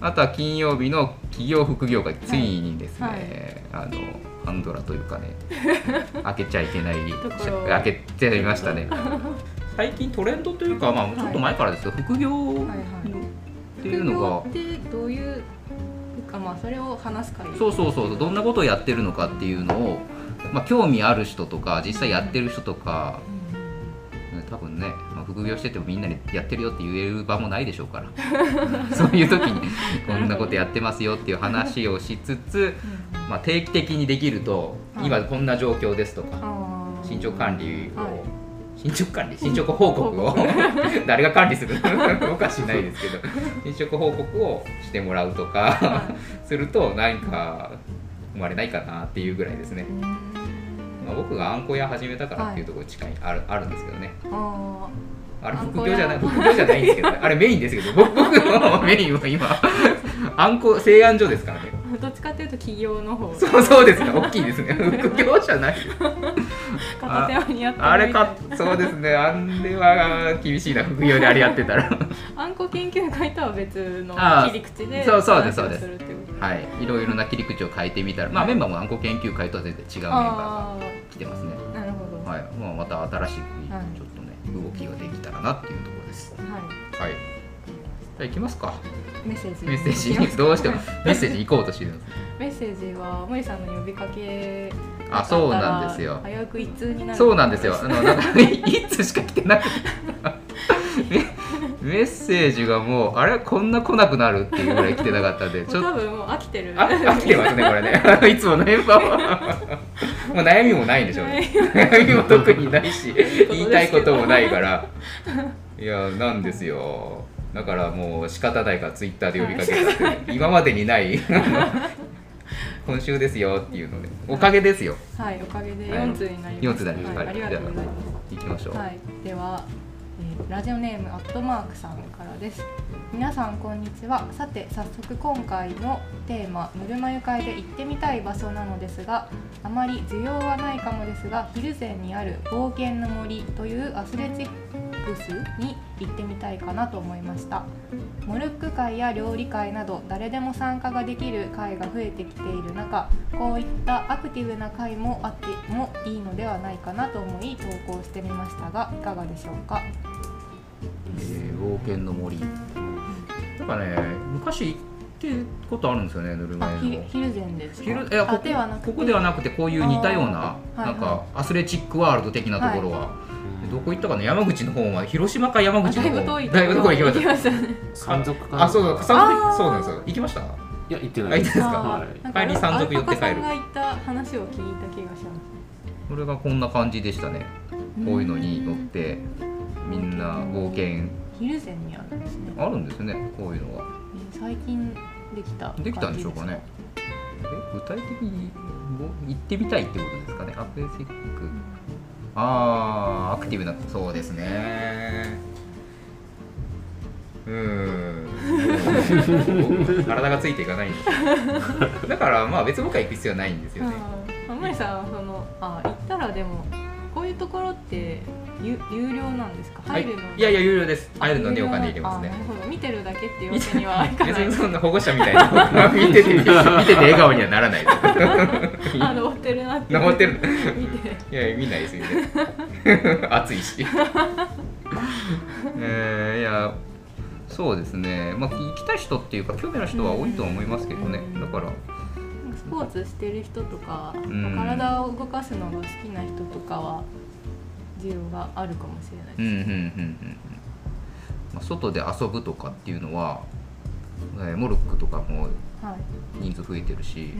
Speaker 2: あとは金曜日の企業副業会ついにですね、
Speaker 1: はい
Speaker 2: あのハンドラというかね 開けちゃいけない
Speaker 1: ところを
Speaker 2: 開けちゃいましたね最近トレンドというか、まあ、ちょっと前からですけど、副業
Speaker 1: はいはい
Speaker 2: っていうのが、
Speaker 1: 副業ってどういうあまあそれを話す会
Speaker 2: そうそうそうどんなことをやってるのかっていうのを、まあ、興味ある人とか実際やってる人とか多分ね、まあ、副業しててもみんなにやってるよって言える場もないでしょう からそういう時にこんなことやってますよっていう話をしつつ、まあ、定期的にできると
Speaker 1: はい
Speaker 2: 今こんな状況ですとか
Speaker 1: あー
Speaker 2: 進捗管理を、
Speaker 1: はい
Speaker 2: 進捗管理進捗報告を 誰が管理するおかしないですけど進捗報告をしてもらうとか
Speaker 1: は
Speaker 2: すると何か生まれないかなっていうぐらいですね
Speaker 1: い、う、ん
Speaker 2: まあ、僕があんこ屋始めたからっていうところ近い、あるあるんですけどね
Speaker 1: あ
Speaker 2: あれ
Speaker 1: あん
Speaker 2: 副
Speaker 1: こ
Speaker 2: 業
Speaker 1: 屋
Speaker 2: じゃない副業じゃないんですけどねあれメインですけど僕僕の メインは今あんこ製あん所ですからね
Speaker 1: ーどっちかっていうと企業の方
Speaker 2: そうそうですね大きいですね副業じゃない
Speaker 1: 片手間にやってるみたいな
Speaker 2: あれかそうですねあんでは厳しいな副業であれやってたら
Speaker 1: あんこ研究会とは別の
Speaker 2: あー
Speaker 1: 切り口で
Speaker 2: そうそうです
Speaker 1: 話を
Speaker 2: そうです
Speaker 1: るっていうこと
Speaker 2: はいいろいろな切り口を変えてみたら、まあ、メンバーもあんこ研究会とは全然違うメンバ
Speaker 1: あ
Speaker 2: ーが来てますね
Speaker 1: あなるほどは
Speaker 2: はい、まあ、また新しく
Speaker 1: はい
Speaker 2: ちょっとね、動きができたらなっていうところです。はい。じゃあ行きますか。
Speaker 1: いメッセージ
Speaker 2: メッセージに どうしてもメッセージ行こうとしてるんです。
Speaker 1: メッセージは森さんの呼びかけ
Speaker 2: あそうなんですよ
Speaker 1: 早く一通になる
Speaker 2: そうなんですよ。あのなんかいつしか来て なくて。メメッセージがもうあれこんな来なくなるっていうぐらい来てなかったんで、ち
Speaker 1: もう
Speaker 2: ょっ
Speaker 1: 多
Speaker 2: と。
Speaker 1: 分もう飽きてる
Speaker 2: あ飽きてますねこれねあ のいつものメンバーはもう悩みもないんでしょうね悩みも特にないし言いたいこともないからいやなんですよだからもう仕方ないからツイッターで呼びかけたっ て今までにないあの今週ですよっていうのでおかげですよ
Speaker 1: はいおかげで四通になりま
Speaker 2: 四
Speaker 1: し
Speaker 2: つ
Speaker 1: た
Speaker 2: になりま
Speaker 1: は
Speaker 2: した
Speaker 1: いありがとうございます
Speaker 2: 行きましょう、
Speaker 1: はい、では、えーラジオネームアットマークさんからです皆さんこんにちはさて早速今回のテーマ「ぬるま湯会で行ってみたい場所」なのですがあまり需要はないかもですが蒜山にある冒険の森というアスレチックスに行ってみたいかなと思いましたモルック会や料理会など誰でも参加ができる会が増えてきている中こういったアクティブな会もあってもいいのではないかなと思い投稿してみましたがいかがでしょうか
Speaker 2: え老犬の森なんかね昔行ってことあるんですよねぬるま
Speaker 1: あ、
Speaker 2: 湯
Speaker 1: ひ
Speaker 2: の
Speaker 1: ヒルゼンですか。
Speaker 2: 昼いやこ
Speaker 1: あではなくて
Speaker 2: ここではなくてこういう似たような
Speaker 1: あーはい
Speaker 2: なんかアスレチックワールド的なところは、でどこ行ったかね山口の方は広島か山
Speaker 1: あ
Speaker 2: 口の
Speaker 1: だい
Speaker 2: 方
Speaker 1: ぶ遠い
Speaker 2: だいぶ遠い行きまし
Speaker 1: きましたね。
Speaker 3: 山賊か
Speaker 2: たあそうそう
Speaker 1: あ
Speaker 2: 山
Speaker 1: ー
Speaker 2: 賊そうなんですよ行きました
Speaker 3: いや行
Speaker 2: あ
Speaker 3: ってな
Speaker 2: 行って
Speaker 3: い
Speaker 2: ないですか
Speaker 1: あー
Speaker 3: はい
Speaker 1: なんか
Speaker 2: 帰り山賊寄って帰る
Speaker 1: アルパカさんが言った話を聞いた気がします。
Speaker 2: これがこんな感じでしたねこういうのに乗ってみんな冒険
Speaker 1: ヒルゼンにあるんですね。
Speaker 2: あるんですねこういうのが
Speaker 1: え最近できた感じ
Speaker 2: できたんでしょうかねえ具体的にぼ行ってみたいってことですかねアクセックああアクティブなそうですねう ーん体がついていかないんですだからまあ別の会行く必要はないんです
Speaker 1: です
Speaker 2: よ
Speaker 1: か。
Speaker 2: ね
Speaker 1: うん。あ森さんはそのあ行ったらでもこういうところって有有料なんですか。
Speaker 2: はい
Speaker 1: 入るの、
Speaker 2: いやいや有料です
Speaker 1: あ
Speaker 2: 入るのでお金いります
Speaker 1: 有料な
Speaker 2: ね
Speaker 1: あなるほど見てるだけっていうわけにはいか
Speaker 2: 別
Speaker 1: ない
Speaker 2: に。そんな保護者みたいな 見てて見てて笑顔にはならない
Speaker 1: あ登ってるなって。
Speaker 2: 登ってる。
Speaker 1: 見て。
Speaker 2: いや見ないですよね 暑いしえー、いやそうですねまあ行きたい人っていうか興味の人は多いと思いますけどね
Speaker 1: うん
Speaker 2: だから
Speaker 1: スポーツしてる人とか、
Speaker 2: うん
Speaker 1: 体を動かすのが好きな人とかは需要があるかもしれない
Speaker 2: うんう
Speaker 1: で
Speaker 2: んうんうんうんまあ外で遊ぶとかっていうのは、えーモルックとかも
Speaker 1: す。はい。
Speaker 2: 人数増えてるし、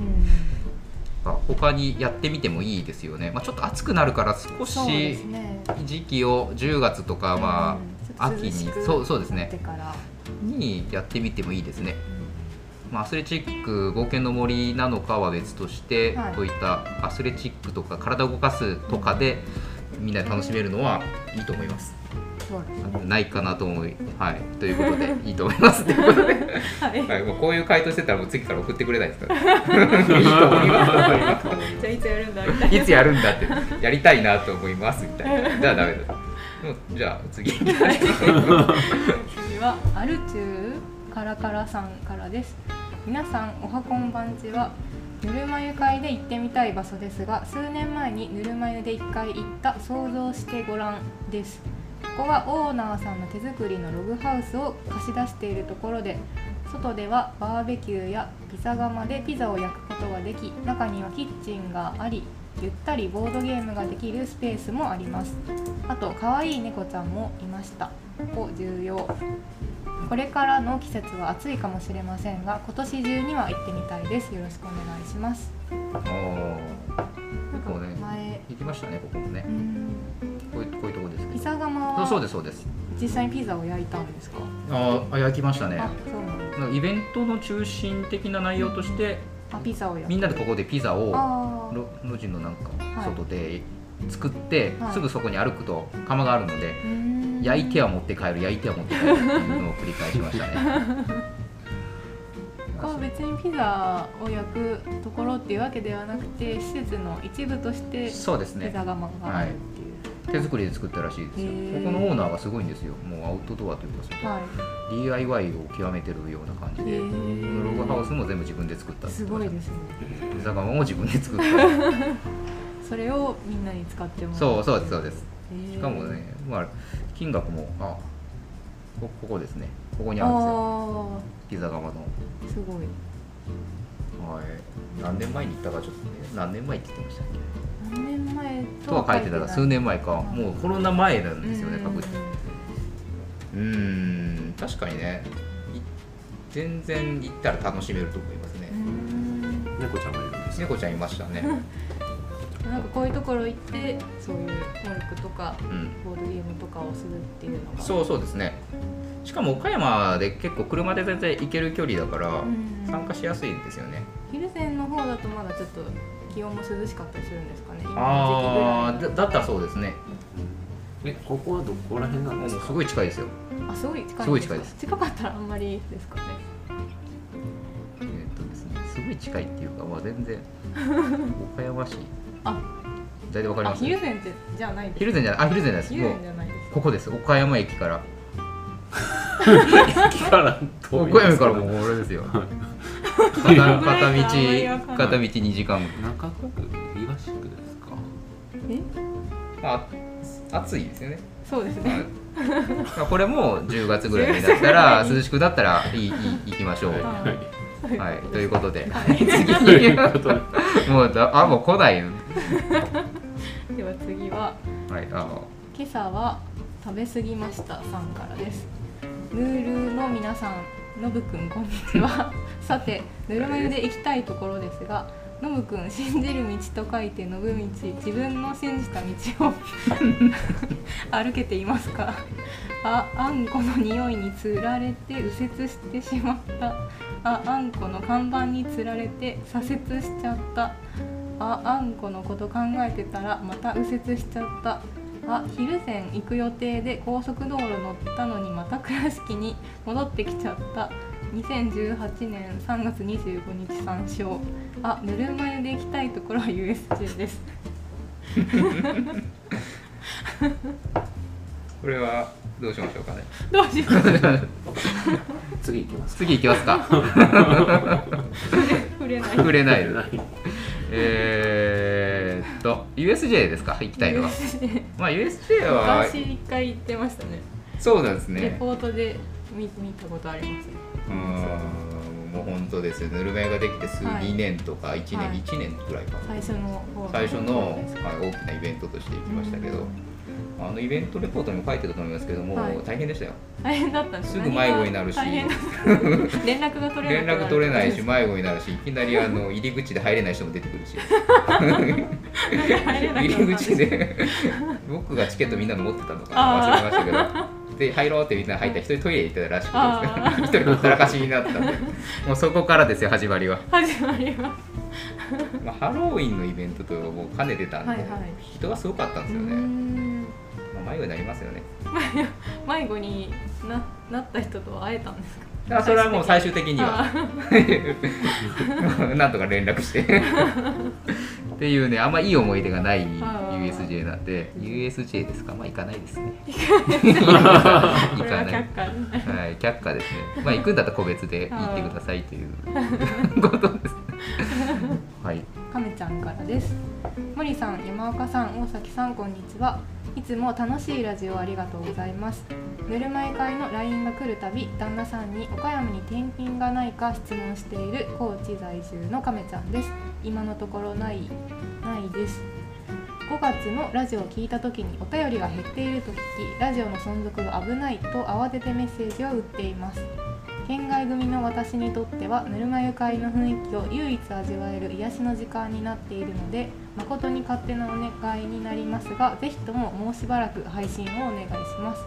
Speaker 1: う
Speaker 2: まあ他にやってみてもいいですよね、まあ、ちょっと暑くなるから少
Speaker 1: ん。そう
Speaker 2: し
Speaker 1: ですね。
Speaker 2: 時期を10月とかまあ
Speaker 1: うん
Speaker 2: 秋にそうそうですね。
Speaker 1: ちょっと涼しくなってから
Speaker 2: にやってみてもいいですね、まあ、アスレチック冒険の森なのかは別として、
Speaker 1: はい
Speaker 2: こういったアスレチックとか体を動かすとかでみんなで楽しめるのはいいと思います
Speaker 1: そうです
Speaker 2: ないかなと思いはいということ でいいと思いますということで、
Speaker 1: はい。
Speaker 2: はい、もうこういう回答してたらもう次から送ってくれないです からいいと思います
Speaker 1: じゃあいつやるんだみたい
Speaker 2: いつやるんだってやりたいなと思いますみたいなじゃあダメだうんじゃあ次行きましょう
Speaker 1: な次はアルチューカラカラさんからです皆さんおはこんばんちはぬるま湯会で行ってみたい場所ですが数年前にぬるま湯で1回行った想像してごらんですここはオーナーさんの手作りのログハウスを貸し出しているところで外ではバーベキューやピザ窯でピザを焼くことができ中にはキッチンがありゆったりボードゲームができるスペースもありますあと可愛い猫ちゃんもいましたここ重要これからの季節は暑いかもしれませんが今年中には行ってみたいですよろしくお願いします
Speaker 2: おー
Speaker 1: なんか
Speaker 2: そうね
Speaker 1: 前
Speaker 2: 行きましたねここもね
Speaker 1: うん
Speaker 2: こういうこういうとこですけ
Speaker 1: ピ
Speaker 2: ど
Speaker 1: ザ窯
Speaker 2: そうそう
Speaker 1: は
Speaker 2: ですそうです
Speaker 1: 実際にピザを焼いたんですか
Speaker 2: あーあ焼きましたね
Speaker 1: あそうなんだ
Speaker 2: イベントの中心的な内容として
Speaker 1: あピザを焼
Speaker 2: み
Speaker 1: い
Speaker 2: んなでここでピザを
Speaker 1: あー
Speaker 2: ろ路地のなんか
Speaker 1: はい
Speaker 2: 外で作って、
Speaker 1: はい
Speaker 2: すぐそこに歩くと窯があるので
Speaker 1: うーん
Speaker 2: 焼いては持って帰る焼いては持って帰るっていうのを繰り返しまし たね
Speaker 1: ここは別にピザを焼くところっていうわけではなくて施設の一部としてピ
Speaker 2: そうですね
Speaker 1: ザ窯があるっていう、
Speaker 2: 手作りで作ったらしいですよ
Speaker 1: へー
Speaker 2: ここのオーナーがすごいんですよもうアウトドアというかその
Speaker 1: はい
Speaker 2: DIY を極めてるような感じで
Speaker 1: へ
Speaker 2: ロ
Speaker 1: ー
Speaker 2: グハウスも全部自分で作ったって
Speaker 1: す
Speaker 2: 言ってま
Speaker 1: ご
Speaker 2: し
Speaker 1: い
Speaker 2: た
Speaker 1: ですね
Speaker 2: ピザ窯も自分で作った
Speaker 1: それをみんなに使ってもら
Speaker 2: そうそうですそ うです
Speaker 1: す
Speaker 2: しかもね、まあ、金額も、あこここですね、ここに
Speaker 1: あ
Speaker 2: あるんですよ、
Speaker 1: あ
Speaker 2: ピザ窯の。
Speaker 1: ーすごい
Speaker 2: はい、何年前に行ったか、ちょっとね、何年前って言ってましたっけ
Speaker 1: 何年前
Speaker 2: と
Speaker 1: と
Speaker 2: は書いてたら、数年前か、
Speaker 1: うん
Speaker 2: もうコロナ前なんですよね、
Speaker 1: うん
Speaker 2: 確実うーん、確かにね、い全然行ったら楽しめると思いますね
Speaker 1: う。ん
Speaker 3: 猫ちゃんがいるんですよ
Speaker 2: 猫ちゃんいました ね。
Speaker 1: なんかこういうところ行ってそういうモルックとか
Speaker 2: うん、
Speaker 1: ボードゲームとかをするっていうのがう、
Speaker 2: そうそうですね。しかも岡山で結構車で全然行ける距離だから、
Speaker 1: ん、
Speaker 2: 参加しやすいんですよね。
Speaker 1: ヒルゼンの方だとまだちょっと気温も涼しかったりするんですかね今
Speaker 2: あ
Speaker 1: の
Speaker 2: あ、
Speaker 1: 時期
Speaker 2: だ
Speaker 1: ぐらい
Speaker 2: だったらそうですね。
Speaker 3: えここはどこら辺なん
Speaker 2: もう
Speaker 3: ですすか
Speaker 2: ごい近いですよ。
Speaker 1: あすごい近いんか
Speaker 2: すごい近いです
Speaker 1: 近かったらあんまりですかね
Speaker 2: えーっとですね、すごい近いっていうか、まあ、全然岡山市
Speaker 1: あ
Speaker 2: 大体わかり
Speaker 1: あ
Speaker 2: ます
Speaker 1: ヒルゼンってじゃないです
Speaker 2: ヒルゼンじゃないあヒルゼンじゃないです
Speaker 1: ヒ
Speaker 2: も
Speaker 1: ル
Speaker 2: う
Speaker 1: ゼンじゃないです
Speaker 2: ここです岡山駅から
Speaker 3: 駅から遠い
Speaker 2: 岡山駅からもう俺ですよ片片道片道2時間
Speaker 3: 中区東区ですか
Speaker 1: え
Speaker 2: まあ暑いですよね
Speaker 1: そうですね
Speaker 2: まあこれも10月ぐらいになったら涼しくなったらいいいい行きましょう。
Speaker 1: は
Speaker 2: は
Speaker 3: はいい。
Speaker 2: い、ということで、次
Speaker 3: とい
Speaker 2: に
Speaker 3: う ことで
Speaker 2: もうだあもう来ないよ。
Speaker 1: では次は
Speaker 2: はい、あの
Speaker 1: 今朝は食べ過ぎましたさんからですヌールの皆さんのぶくんこんにちはさてぬるま湯で行きたいところですがのぶくん信じる道と書いてのぶ道自分の信じた道を歩けていますかああんこの匂いにつられて右折してしまったああんこの看板につられて左折しちゃったああんこのこと考えてたらまた右折しちゃったあ昼前行く予定で高速道路乗ったのにまた倉敷に戻ってきちゃった2018年3月25日参照あぬるま湯で行きたいところは USJ です
Speaker 2: これはどうしましょうかね。
Speaker 1: どうしよう
Speaker 3: 次いきます。
Speaker 2: 次行 きますか。
Speaker 1: 触れない
Speaker 2: 触れない。
Speaker 3: はい
Speaker 2: えーっと USJ ですか行きたいのは。
Speaker 1: USJ
Speaker 2: まあ USJ は
Speaker 1: 昔一回行ってましたね
Speaker 2: そうなんですね。
Speaker 1: レポートで見見たことありますね
Speaker 2: うーんもう本当ですよぬるま湯ができて数
Speaker 1: はい
Speaker 2: 2年とか1年、
Speaker 1: はい
Speaker 2: 1年ぐらいかな
Speaker 1: 最初の方
Speaker 2: 最初の、はい
Speaker 1: です
Speaker 2: 大きなイベントとして行きましたけど、あのイベントレポートにも書いてたと思いますけども、
Speaker 1: はい
Speaker 2: 大変でしたよ
Speaker 1: 大変だったんです
Speaker 2: すぐ迷子になるし
Speaker 1: 大変だ った連絡が取れ
Speaker 2: 連
Speaker 1: なくなる
Speaker 2: 絡取れないし迷子になるしいきなりあ の入り口で入れない人も出てくるし
Speaker 1: 入れなくな
Speaker 2: 入
Speaker 1: ったん
Speaker 2: り
Speaker 1: です
Speaker 2: 口で僕がチケットみんなの持ってたのかな忘れましたけど。で入ろうってみんな入ったら一人トイレ行ってたらしくてですね一人ほったらかしになったんで もうそこからですよ始まりは
Speaker 1: 始まります
Speaker 2: まあ、ハロウィンのイベントともう兼ねてたんで、
Speaker 1: はいはい
Speaker 2: 人がすごかったんですよ
Speaker 1: うー
Speaker 2: ね、
Speaker 1: ん
Speaker 2: まあ、迷子になりますよね
Speaker 1: 迷子にななった人とは会えたんですか
Speaker 2: だからそれはもう最終的には
Speaker 1: あ
Speaker 2: なんとか連絡してっていうねあんまいい思い出がない
Speaker 1: あー
Speaker 2: USJ なんで USJ ですかまあ行かないですね
Speaker 1: ーこれは却
Speaker 2: 行かない
Speaker 1: 下ですね
Speaker 2: はい、却下ですね。まあ、行くんだったら個別で行ってください ということです。はい。
Speaker 1: 亀ちゃんからです森さん山岡さん大崎さんこんにちはいつも楽しいラジオありがとうございますぬるま湯会の LINE が来るたび旦那さんに岡山に転勤がないか質問している高知在住の亀ちゃんです今のところないないです5月のラジオを聞いた時にお便りが減っていると聞きラジオの存続が危ないと慌ててメッセージを打っています県外組の私にとってはぬるま湯会の雰囲気を唯一味わえる癒しの時間になっているので誠に勝手なお願いになりますがぜひとももうしばらく配信をお願いします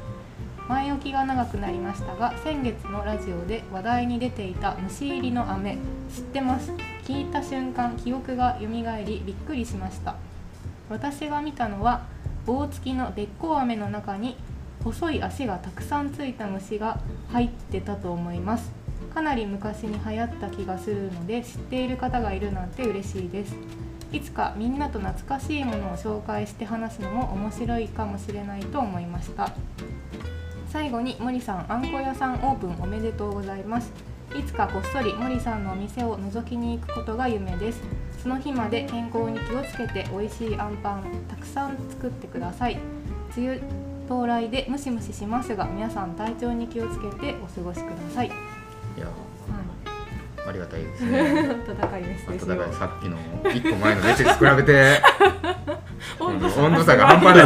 Speaker 1: 前置きが長くなりましたが先月のラジオで話題に出ていた虫入りの飴知ってます聞いた瞬間記憶が蘇りびっくりしました私が見たのは棒付きのべっこう飴の中に細い足がたくさんついた虫が入ってたと思いますかなり昔に流行った気がするので知っている方がいるなんて嬉しいですいつかみんなと懐かしいものを紹介して話すのも面白いかもしれないと思いました最後に森さんあんこ屋さんオープンおめでとうございますいつかこっそり森さんのお店を覗きに行くことが夢ですその日まで健康に気をつけて美味しいあんパンたくさん作ってください梅雨到来でムシムシしますが皆さん体調に気をつけてお過ごしください、はい
Speaker 2: や、ありがたい ですね。
Speaker 1: い、温かいメッセ
Speaker 2: あ
Speaker 1: ー
Speaker 2: と
Speaker 1: ジ
Speaker 2: だから
Speaker 1: を
Speaker 2: さっきの一個前のメッセージと比べ て
Speaker 1: 温度差
Speaker 2: 温度差が半端ない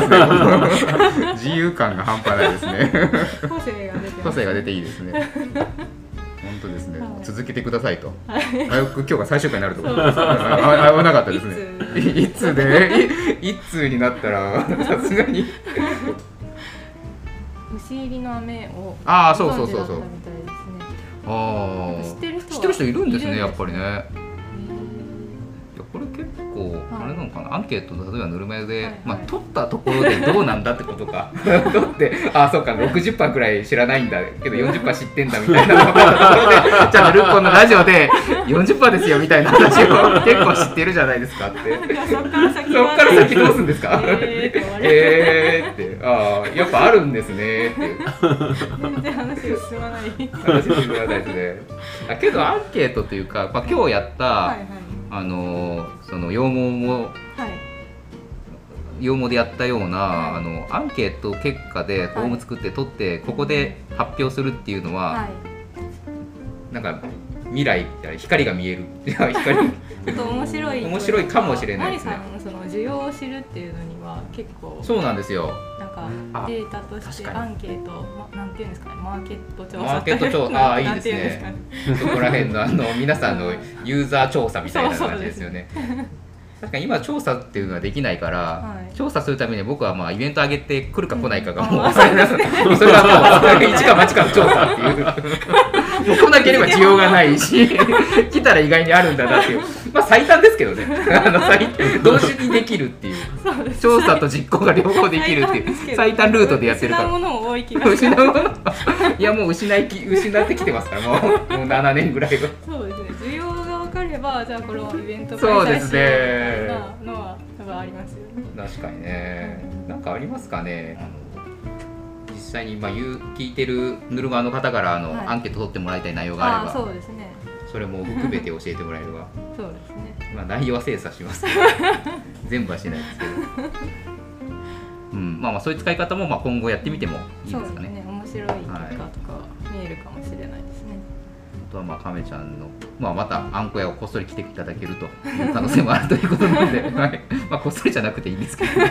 Speaker 2: ですね自由感が半端ないですね
Speaker 1: 個性が出てます
Speaker 2: 個性が出ていいですね 本当ですね、
Speaker 1: はい
Speaker 2: 続けてくださいと、早く今日が最終回になると思う
Speaker 1: そうそう
Speaker 2: ああ危なかったですね一通でい一通になった らさすがに
Speaker 1: 虫入りの飴を
Speaker 2: ああそうそうそうそ
Speaker 1: ご
Speaker 2: う
Speaker 1: 存知だったみたいですね
Speaker 2: あ
Speaker 1: なん
Speaker 2: あ
Speaker 1: か知ってる人は
Speaker 2: 知ってる人いるんです
Speaker 1: いるん
Speaker 2: ね
Speaker 1: です
Speaker 2: やっぱりねいやこれ結構
Speaker 1: はい
Speaker 2: あれなのかな、アンケート例えばぬるま湯で、
Speaker 1: はいはい
Speaker 2: まあ、取ったところでどうなんだってこ とか取ってああそうか60%くらい知らないんだけど40%知ってんだみたいな ところでじゃあぬるっこのラジオで40%ですよみたいな話を結構知ってるじゃないですかって。
Speaker 1: いやそっから先
Speaker 2: そ
Speaker 1: は
Speaker 2: っから先どうするんですか
Speaker 1: えーって終わり
Speaker 2: えーって、ああ、やっぱあるんですねっていう。
Speaker 1: 全然話が進まない は
Speaker 2: 話してくださいですね。だけどアンケートというか、まあ、今日やった、
Speaker 1: いはい
Speaker 2: あのーその羊毛も
Speaker 1: はい
Speaker 2: 羊毛でやったような、
Speaker 1: はい
Speaker 2: あのアンケート結果でフォーム作って取って、ここで発表するっていうのは、
Speaker 1: はい
Speaker 2: なんか未来みたいな光が見えるいや 光
Speaker 1: ちょっと面白い
Speaker 2: 面白いかもしれないですね
Speaker 1: マリさんのその需要を知るっていうのには結構
Speaker 2: そうなんですよ
Speaker 1: なんか
Speaker 3: あ
Speaker 1: データとして
Speaker 3: 確か
Speaker 1: アンケート、ま、なんていうんですかねマーケット調査
Speaker 2: マーケット調 査あー
Speaker 1: なん
Speaker 2: いいですね
Speaker 1: なんてうんか
Speaker 2: そこら辺のあの皆さんのユーザー調査みたいな
Speaker 1: そうそ
Speaker 2: 感
Speaker 1: う
Speaker 2: じ
Speaker 1: で
Speaker 2: ですすよね。確かに今調査っていうのはできないから、
Speaker 1: はい
Speaker 2: 調査するために僕はまあイベント上げてくるか来ないかが
Speaker 1: うん
Speaker 2: もう、
Speaker 1: あー
Speaker 2: それはもう一か八かの調査っていうもう来なければ需要がないし来たら意外にあるんだなっていうまあ最短ですけどねあの最同時にできるっていう
Speaker 1: そうです
Speaker 2: 調査と実行が両方できるって
Speaker 1: 最短ですけ
Speaker 2: いう
Speaker 1: ど
Speaker 2: 最短ルートでやってるから
Speaker 1: 失うものも多い気がします
Speaker 2: 失うもの いやもう失いき失ってきてますからもうもう7年ぐらいは。
Speaker 1: そうですね需要が分かればじゃあこのイベント
Speaker 2: そう
Speaker 1: 開
Speaker 2: で
Speaker 1: 催
Speaker 2: す
Speaker 1: しよ
Speaker 2: ね
Speaker 1: うみたいなのは多分ありますよね
Speaker 2: 確かにねなんかありますかねあの実際に今言う聞いてるぬるまの方からあの、
Speaker 1: はい
Speaker 2: アンケート取ってもらいたい内容があ
Speaker 1: あ
Speaker 2: れ
Speaker 1: あ
Speaker 2: ば
Speaker 1: そうですね
Speaker 2: それも含めて教えてもらえれば
Speaker 1: そうですね
Speaker 2: まあ内容は精査 しますけど全部はしないですけど、うんまあ、まあそういう使い方もまあ今後やってみてもいい
Speaker 1: そう
Speaker 2: で
Speaker 1: ですす
Speaker 2: かね
Speaker 1: ね面白い結果とか見えるかもしれないですね、
Speaker 2: あとはまあ亀ちゃんの、まあ、またあんこ屋をこっそり来ていただけるという可能性もあるということなの で、はいまあ、こっそりじゃなくていいんです けどぜ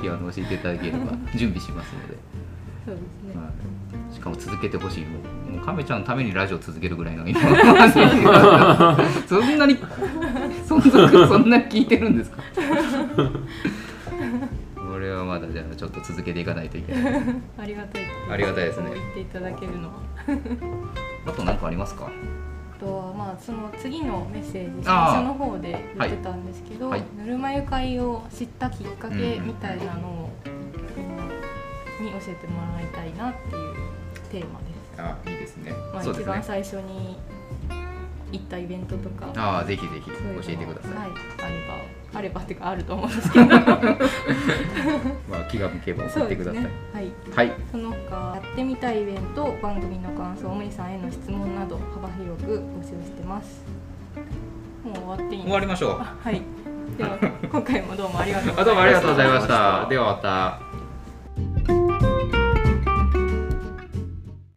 Speaker 2: ひあの教えていただければ準備しますので。
Speaker 1: そうですね、
Speaker 2: はいしかも続けてほしいもうもう亀ちゃんのためにラジオ続けるぐらいの今そんなに存続そんなに聞いてるんですかこれはまだじゃあちょっと続けていかないといけない
Speaker 1: ありがたい
Speaker 2: ありがたいですね
Speaker 1: 言っていただけるのは
Speaker 2: あと何かありますか
Speaker 1: あとはまあその次のメッセージ最
Speaker 2: あー
Speaker 1: 初の方で言ってたんですけど、
Speaker 2: はいはい
Speaker 1: ぬるま湯会を知ったきっかけみたいなのを、みんなに教えてもらいたいなっていうテーマです、
Speaker 2: あいいですね
Speaker 1: まあ、
Speaker 2: そうで
Speaker 1: 一
Speaker 2: すね
Speaker 1: 番最初に行ったイベントとか
Speaker 2: ああぜひぜひ
Speaker 1: そういうの
Speaker 2: 教えてください、
Speaker 1: はい、あればあればっていうかあると思うんですけど
Speaker 2: まあ、気が向けば送
Speaker 1: そ
Speaker 2: っ
Speaker 1: う
Speaker 2: て
Speaker 1: で
Speaker 2: く
Speaker 1: す
Speaker 2: ださい、
Speaker 1: ねはい
Speaker 2: はい
Speaker 1: その他やってみたいイベント番組の感想森さんへの質問など幅広く募集してますもう終わっていいんで
Speaker 2: 終
Speaker 1: す
Speaker 2: わりましょう
Speaker 1: あはいでは今回もどうもありがとうございました
Speaker 2: あどうもありがとうございまし
Speaker 3: ありがとう
Speaker 2: た
Speaker 3: ございました
Speaker 2: ではまた